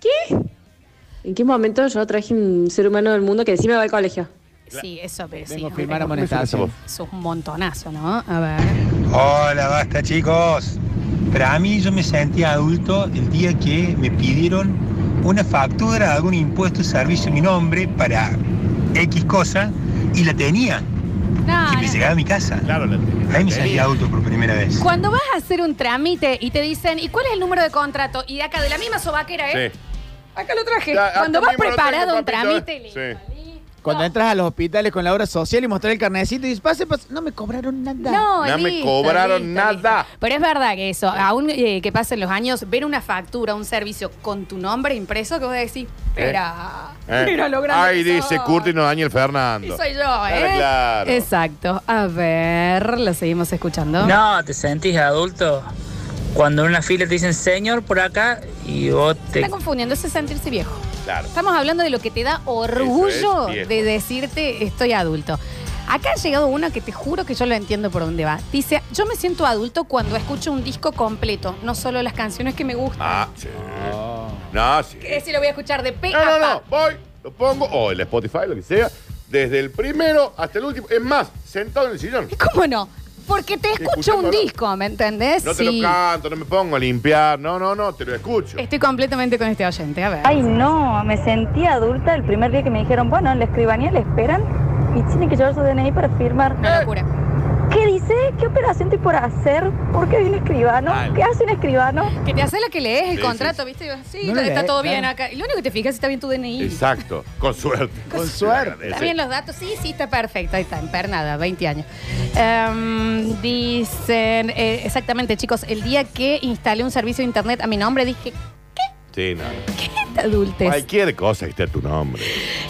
Speaker 7: ¿Qué? ¿En qué momento yo traje un ser humano del mundo que encima va al colegio?
Speaker 2: Sí, eso, pero sí.
Speaker 4: Vengo a
Speaker 2: no,
Speaker 4: firmar
Speaker 2: vengo-
Speaker 4: amonestación.
Speaker 2: Eso es un montonazo, ¿no? A ver.
Speaker 8: Hola, basta chicos. Para mí yo me sentí adulto el día que me pidieron una factura de algún impuesto, servicio, en mi nombre para X cosa y la tenía
Speaker 2: No,
Speaker 8: y me
Speaker 2: no.
Speaker 8: llegaba a mi casa.
Speaker 3: Claro, la
Speaker 8: Ahí me sentí adulto por primera vez.
Speaker 2: Cuando vas a hacer un trámite y te dicen, ¿y cuál es el número de contrato? Y de acá, de la misma sobaquera, ¿eh?
Speaker 3: Sí.
Speaker 2: Acá lo traje.
Speaker 3: Ya, acá
Speaker 2: Cuando vas
Speaker 3: mismo lo tengo,
Speaker 2: preparado un
Speaker 3: papito,
Speaker 2: trámite,
Speaker 3: eh.
Speaker 2: listo,
Speaker 3: Sí.
Speaker 2: listo.
Speaker 4: Cuando entras a los hospitales con la obra social y mostrar el carnecito y dices, pase, pase. No me cobraron nada.
Speaker 2: No,
Speaker 3: No me
Speaker 2: listo,
Speaker 3: cobraron nada.
Speaker 2: Pero es verdad que eso, aún eh, que pasen los años, ver una factura, un servicio con tu nombre impreso, que vos decís, espera,
Speaker 3: Eh.
Speaker 2: mira lo grande
Speaker 3: Ahí
Speaker 2: que
Speaker 3: dice
Speaker 2: soy.
Speaker 3: Curtino Daniel
Speaker 2: Y
Speaker 3: Fernando.
Speaker 2: soy yo,
Speaker 3: Claro,
Speaker 2: ¿eh?
Speaker 3: claro.
Speaker 2: Exacto. A ver, lo seguimos escuchando.
Speaker 9: No, te sentís adulto. Cuando en una fila te dicen señor por acá y vos
Speaker 2: Se
Speaker 9: te
Speaker 2: Está confundiendo ese sentirse viejo.
Speaker 3: Claro.
Speaker 2: Estamos hablando de lo que te da orgullo
Speaker 3: Eso es viejo.
Speaker 2: de decirte estoy adulto. Acá ha llegado una que te juro que yo lo entiendo por dónde va. Dice, yo me siento adulto cuando escucho un disco completo, no solo las canciones que me gustan.
Speaker 3: Ah, sí. No, sí.
Speaker 2: Que si lo voy a escuchar de pe
Speaker 3: No,
Speaker 2: a
Speaker 3: no,
Speaker 2: pa.
Speaker 3: no. Voy, lo pongo, o el Spotify, lo que sea, desde el primero hasta el último. Es más, sentado en el sillón.
Speaker 2: ¿Cómo no? Porque te escucho un
Speaker 3: Escuchándolo.
Speaker 2: disco, ¿me entendés?
Speaker 3: No te lo canto, no me pongo a limpiar. No, no, no, te lo escucho.
Speaker 2: Estoy completamente con este oyente, a ver.
Speaker 10: Ay, no, me sentí adulta el primer día que me dijeron, bueno, en la escribanía le esperan y tiene que llevar su DNI para firmar.
Speaker 2: Una locura.
Speaker 10: ¿Qué dice? ¿Qué operación estoy por hacer? ¿Por qué hay un escribano? ¿Qué hace un escribano?
Speaker 2: Que te hace lo que lees el
Speaker 3: Sí,
Speaker 2: contrato, ¿viste? Y vos, Sí,
Speaker 4: No lo
Speaker 2: está
Speaker 4: lees,
Speaker 2: todo
Speaker 4: claro.
Speaker 2: bien acá. Y lo único que te fijas es si está bien tu DNI.
Speaker 3: Exacto, con suerte.
Speaker 4: Con suerte.
Speaker 2: ¿Está bien los datos? Sí, sí, está perfecto. Ahí está, empernada, 20 años. Em, dicen, eh, exactamente, chicos, el día que instalé un servicio de internet a mi nombre, dije,
Speaker 3: Sí, no.
Speaker 2: ¿qué adultez?
Speaker 3: Cualquier cosa que esté a tu nombre.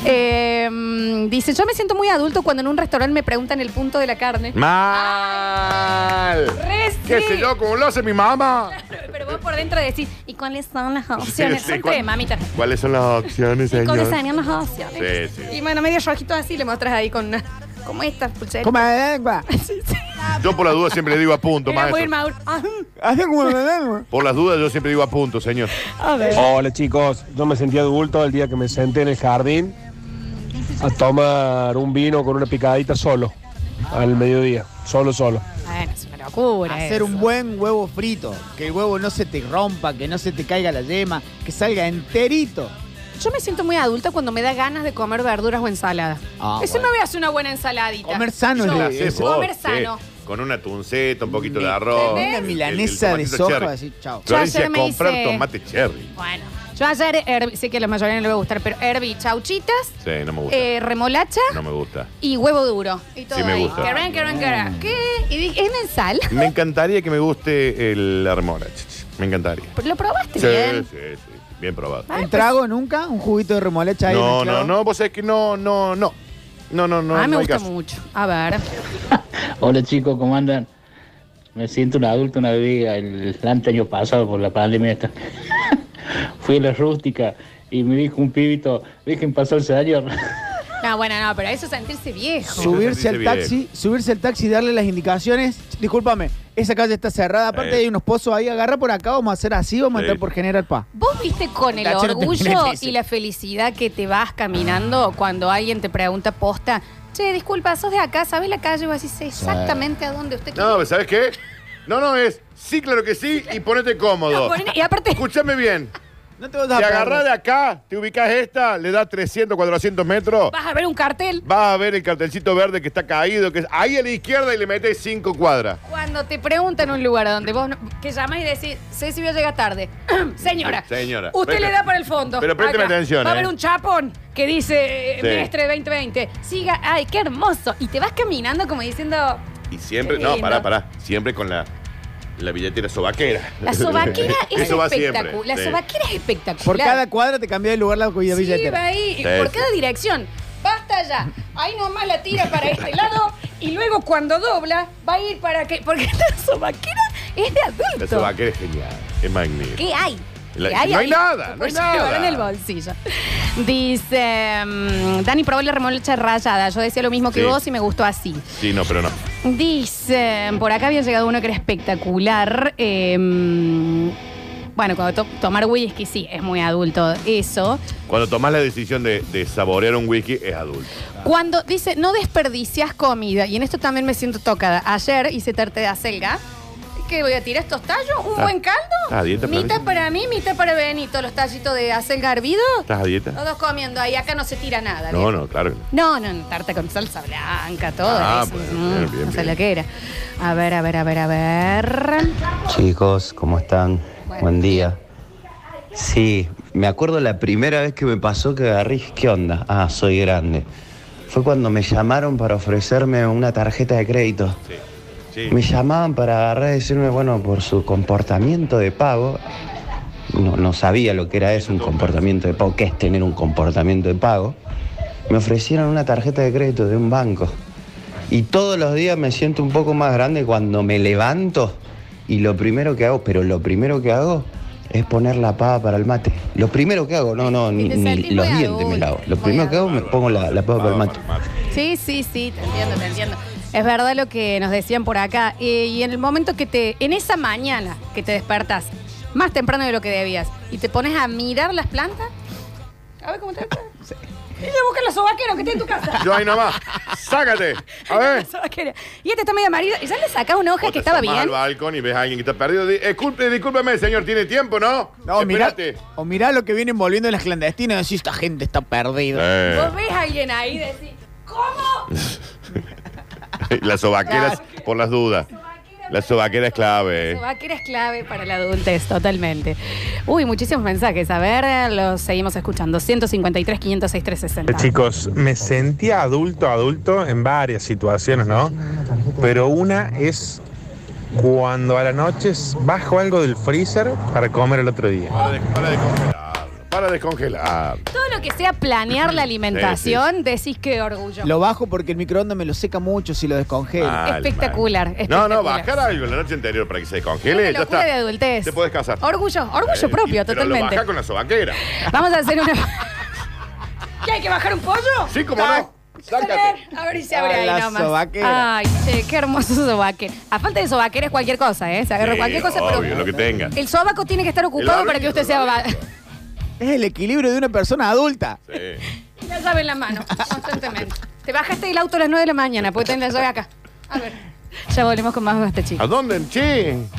Speaker 2: Em, dice, yo me siento muy adulto cuando en un restaurante me preguntan el punto de la carne.
Speaker 3: ¡Mal!
Speaker 2: Re sí.
Speaker 3: ¿Qué sé yo? ¿Cómo lo hace mi mamá?
Speaker 2: Pero vos por dentro decís, ¿y cuáles son las opciones?
Speaker 3: Sí, sí,
Speaker 2: son
Speaker 3: ¿cuál-
Speaker 2: tres, mamita.
Speaker 3: ¿Cuáles son las opciones,
Speaker 2: ¿Y
Speaker 3: señor?
Speaker 2: cuáles serían las opciones?
Speaker 3: Sí, sí.
Speaker 2: Y bueno, medio rojito así le mostras ahí con una... Como esta pulsera.
Speaker 4: Como de agua.
Speaker 3: Yo por la duda siempre le digo a punto,
Speaker 2: Era muy
Speaker 3: maestro.
Speaker 2: Mauro. Ah,
Speaker 4: Hace como de agua.
Speaker 3: Por las dudas yo siempre digo a punto, señor.
Speaker 2: A ver.
Speaker 6: Hola chicos, yo me sentí adulto el día que me senté en el jardín a tomar un vino con una picadita solo, al mediodía, solo, solo.
Speaker 2: Bueno, es una locura.
Speaker 4: Hacer
Speaker 2: eso.
Speaker 4: un buen huevo frito. Que el huevo no se te rompa, que no se te caiga la yema, que salga enterito.
Speaker 2: Yo me siento muy adulta cuando me da ganas de comer verduras o ensalada.
Speaker 4: Ah,
Speaker 2: Eso
Speaker 4: bueno.
Speaker 2: me voy a hacer una buena ensaladita.
Speaker 4: Comer sano es
Speaker 2: Yo,
Speaker 4: lo
Speaker 3: La
Speaker 4: Sí,
Speaker 3: hacés
Speaker 4: eso.
Speaker 3: vos,
Speaker 2: Comer
Speaker 3: sí.
Speaker 2: sano.
Speaker 3: Con una tunceta, un poquito de arroz.
Speaker 2: ¿Entendés?
Speaker 4: Una
Speaker 3: el- el- el
Speaker 4: milanesa de
Speaker 3: tomatito
Speaker 4: soja,
Speaker 3: cherry.
Speaker 4: así, chao.
Speaker 3: Florencia,
Speaker 2: ayer me
Speaker 3: comprar
Speaker 2: hice-
Speaker 3: tomate cherry.
Speaker 2: Bueno, yo ayer herví- sé que a la mayoría no le va a gustar, pero herví chauchitas,
Speaker 3: Sí, no me gusta.
Speaker 2: eh, remolacha
Speaker 3: No me gusta.
Speaker 2: y huevo duro. Y todo
Speaker 3: Sí, me
Speaker 2: ahí.
Speaker 3: gusta. Mm.
Speaker 2: Que ran, que ran, que ran. ¿Qué? Y dije, ¿es una ensalada?
Speaker 3: Me encantaría que me guste el armona. Me encantaría.
Speaker 2: ¿Lo probaste
Speaker 3: Sí,
Speaker 2: bien?
Speaker 3: sí, sí. Bien probado.
Speaker 2: Ah, pues
Speaker 4: ¿Un trago nunca? ¿Un juguito de remolacha ahí?
Speaker 3: No, no,
Speaker 4: mezclado?
Speaker 3: no, vos sabés que no, no, no. No, no, no.
Speaker 2: a mí Ah, me
Speaker 3: no hay
Speaker 2: gusta
Speaker 3: caso.
Speaker 2: mucho. A ver.
Speaker 9: Hola chicos, ¿cómo andan? Me siento un adulto una vez el, ante año pasado por la pandemia esta. Fui a la rústica y me dijo un pibito, dejen pasar el señor.
Speaker 2: No, bueno, no, pero eso es sentirse viejo.
Speaker 4: Subirse
Speaker 3: Sí,
Speaker 4: al
Speaker 3: sí,
Speaker 4: taxi, subirse al taxi y darle las indicaciones. Discúlpame, esa calle está cerrada. Aparte
Speaker 3: Eh.
Speaker 4: hay unos pozos ahí. Agarra por acá, vamos a hacer así, vamos
Speaker 3: Sí.
Speaker 4: a entrar por General Paz.
Speaker 2: ¿Vos viste con el
Speaker 4: Nacho, no te
Speaker 2: orgullo
Speaker 4: mereces.
Speaker 2: y la felicidad que te vas caminando cuando alguien te pregunta posta? Che, disculpa, sos de acá, ¿sabés la calle? Y vos decís, sé exactamente a dónde usted
Speaker 3: No,
Speaker 2: quiere.
Speaker 3: pero ¿sabes qué? No, no, es sí, claro que sí, y ponete
Speaker 2: No,
Speaker 3: cómodo.
Speaker 2: ponen- y aparte,
Speaker 3: Escúchame bien.
Speaker 4: No te vas
Speaker 3: Te
Speaker 4: a
Speaker 3: agarrás de acá, te ubicas esta, le das 300, 400 metros.
Speaker 2: Vas a ver un cartel.
Speaker 3: Vas a ver el cartelcito verde que está caído, que es ahí a la izquierda y le metes 5 cuadras.
Speaker 2: Cuando te preguntan un lugar donde vos no- que llamas y decís, sé si voy a llegar tarde. Señora.
Speaker 3: Señora,
Speaker 2: Usted
Speaker 3: preste-
Speaker 2: le da para el fondo.
Speaker 3: pero présteme
Speaker 2: Acá.
Speaker 3: atención,
Speaker 2: Va a
Speaker 3: ¿eh?
Speaker 2: haber un chapón que dice eh,
Speaker 3: Sí.
Speaker 2: Mestre 2020. Siga, ay, qué hermoso. Y te vas caminando como diciendo,
Speaker 3: Y siempre,
Speaker 2: Qué
Speaker 3: no,
Speaker 2: lindo.
Speaker 3: pará, pará. Siempre con la, la billetera sobaquera.
Speaker 2: la sobaquera es
Speaker 3: Eso va siempre.
Speaker 2: espectacular. La
Speaker 3: sí.
Speaker 2: sobaquera es espectacular.
Speaker 4: Por cada cuadra te cambió de lugar la comida
Speaker 2: Sí, va
Speaker 4: billetera.
Speaker 2: ahí,
Speaker 3: Sí,
Speaker 2: por
Speaker 3: sí.
Speaker 2: cada dirección. Basta ya. Ahí nomás la tira para este lado y luego cuando dobla va a ir para que. Porque la sobaquera es de
Speaker 3: La
Speaker 2: adulto.
Speaker 3: sobaquera es genial. Es magnífico.
Speaker 2: ¿Qué hay?
Speaker 3: La-
Speaker 2: ¿Qué hay
Speaker 3: no hay
Speaker 2: ahí?
Speaker 3: nada, no hay
Speaker 2: Por llevar
Speaker 3: nada.
Speaker 2: en el bolsillo. Dice mm, Dani probó la remolacha rayada. Yo decía lo mismo que
Speaker 3: Sí.
Speaker 2: vos y me gustó así.
Speaker 3: Sí, no, pero no.
Speaker 2: Dice, por acá había llegado uno que era espectacular. eh, bueno, cuando to- tomar whisky, sí, es muy adulto eso.
Speaker 3: Cuando tomás la decisión de, de saborear un whisky, es adulto.
Speaker 2: Cuando dice, no desperdicias comida, y en esto también me siento tocada. Ayer hice tarte de acelga. ¿Qué voy a tirar estos tallos? ¿Un
Speaker 3: Ah,
Speaker 2: buen caldo?
Speaker 3: ah, dieta
Speaker 2: mitad
Speaker 3: planita.
Speaker 2: para mí, mitad para Benito. Los tallitos de acelga hervido.
Speaker 3: ¿Estás a dieta?
Speaker 2: Todos comiendo ahí. Acá no se tira nada.
Speaker 3: No,
Speaker 2: ¿bien?
Speaker 3: no, claro. que
Speaker 2: No,
Speaker 3: no.
Speaker 2: no, no, tarta con salsa blanca, todo
Speaker 3: Ah,
Speaker 2: eso.
Speaker 3: pues,
Speaker 2: Mm,
Speaker 3: bien, bien,
Speaker 2: no sé
Speaker 3: bien.
Speaker 2: lo que era. A ver, a ver, a ver, a ver.
Speaker 11: Chicos, ¿cómo están?
Speaker 2: Bueno.
Speaker 11: Buen día. Sí, me acuerdo la primera vez que me pasó que agarré, ¿qué onda? Ah, soy grande. Fue cuando me llamaron para ofrecerme una tarjeta de crédito.
Speaker 3: Sí.
Speaker 11: Me llamaban para agarrar y decirme, bueno, por su comportamiento de pago, no, no sabía lo que era eso, un comportamiento de pago, qué es tener un comportamiento de pago, me ofrecieron una tarjeta de crédito de un banco. Y todos los días me siento un poco más grande cuando me levanto y lo primero que hago, pero lo primero que hago es poner la pava para el mate. Lo primero que hago, no, no, ni,
Speaker 2: te
Speaker 11: ni
Speaker 2: sentís
Speaker 11: los
Speaker 2: muy
Speaker 11: dientes me
Speaker 2: adulto,
Speaker 11: lavo. Lo
Speaker 2: muy
Speaker 11: primero que hago me pongo la, la pava para el mate.
Speaker 2: Sí, sí, sí, te entiendo, te entiendo. Es verdad lo que nos decían por acá. Eh, y en el momento que te, en esa mañana que te despertas, más temprano de lo que debías, y te pones a mirar las plantas, a ver cómo
Speaker 11: Ah,
Speaker 2: te va. Y le buscan los sobaqueros que tiene en tu casa.
Speaker 3: Yo ahí nomás. ¡Sácate! A ver.
Speaker 2: Los sobaqueros. Y este está medio amarillo. Y ya le sacás una hoja
Speaker 3: O
Speaker 2: que
Speaker 3: te
Speaker 2: estaba
Speaker 3: asomás al
Speaker 2: bien.
Speaker 3: balcón y ves a alguien que está perdido. Di- Disculpe, discúlpeme, señor, tiene tiempo, ¿no?
Speaker 4: No, mirá,
Speaker 3: Espérate.
Speaker 4: o mirá lo que vienen volviendo las clandestinas y decís, esta gente está perdida.
Speaker 3: Eh,
Speaker 2: Vos ves a alguien ahí y decís, ¿cómo?
Speaker 3: las sobaqueras, por las dudas. La sobaquera es clave. eh.
Speaker 2: Sobaquera es clave para la adultez, totalmente. Uy, muchísimos mensajes. A ver, los seguimos escuchando. 153, 506, 360.
Speaker 12: Chicos, me sentía adulto, adulto en varias situaciones, ¿no? Pero una es cuando a la noche bajo algo del freezer para comer el otro día.
Speaker 3: Para, de- para descongelar. Para descongelar.
Speaker 2: Todo lo que sea planear la alimentación, decís que orgullo.
Speaker 4: Lo bajo porque el microondas me lo seca mucho si lo descongelo.
Speaker 3: Mal,
Speaker 2: espectacular,
Speaker 3: mal. No,
Speaker 2: espectacular.
Speaker 3: no, bajar algo la noche anterior para que se descongele.
Speaker 2: Una
Speaker 3: Ya
Speaker 2: locura
Speaker 3: está.
Speaker 2: de adultez.
Speaker 3: Te puedes casar.
Speaker 2: Orgullo, orgullo
Speaker 3: Eh,
Speaker 2: propio,
Speaker 3: y- pero lo
Speaker 2: totalmente.
Speaker 3: bajás con la sobaquera.
Speaker 2: Vamos a hacer una. ¿Qué hay que bajar un pollo?
Speaker 3: Sí, como no. Sácate.
Speaker 2: A ver si se abre
Speaker 4: Ah,
Speaker 2: ahí
Speaker 4: la
Speaker 2: nomás.
Speaker 4: sobaquera.
Speaker 2: Ay, che, qué hermoso sobaquera. A falta de sobaquera es cualquier cosa, ¿eh? Se agarra
Speaker 3: Sí,
Speaker 2: cualquier cosa, pero.
Speaker 3: obvio, lo que tenga.
Speaker 2: El sobaco tiene que estar ocupado
Speaker 3: El
Speaker 2: para que
Speaker 3: barrigo,
Speaker 2: usted sea.
Speaker 3: el
Speaker 2: va-
Speaker 4: Es el equilibrio de una persona adulta.
Speaker 3: Sí.
Speaker 2: Y la llave en la mano, constantemente. Te bajaste del auto a las 9 de este la mañana, porque tenés la llave acá. A ver. Ya volvemos con más Basta, chicos.
Speaker 3: ¿A dónde? Che.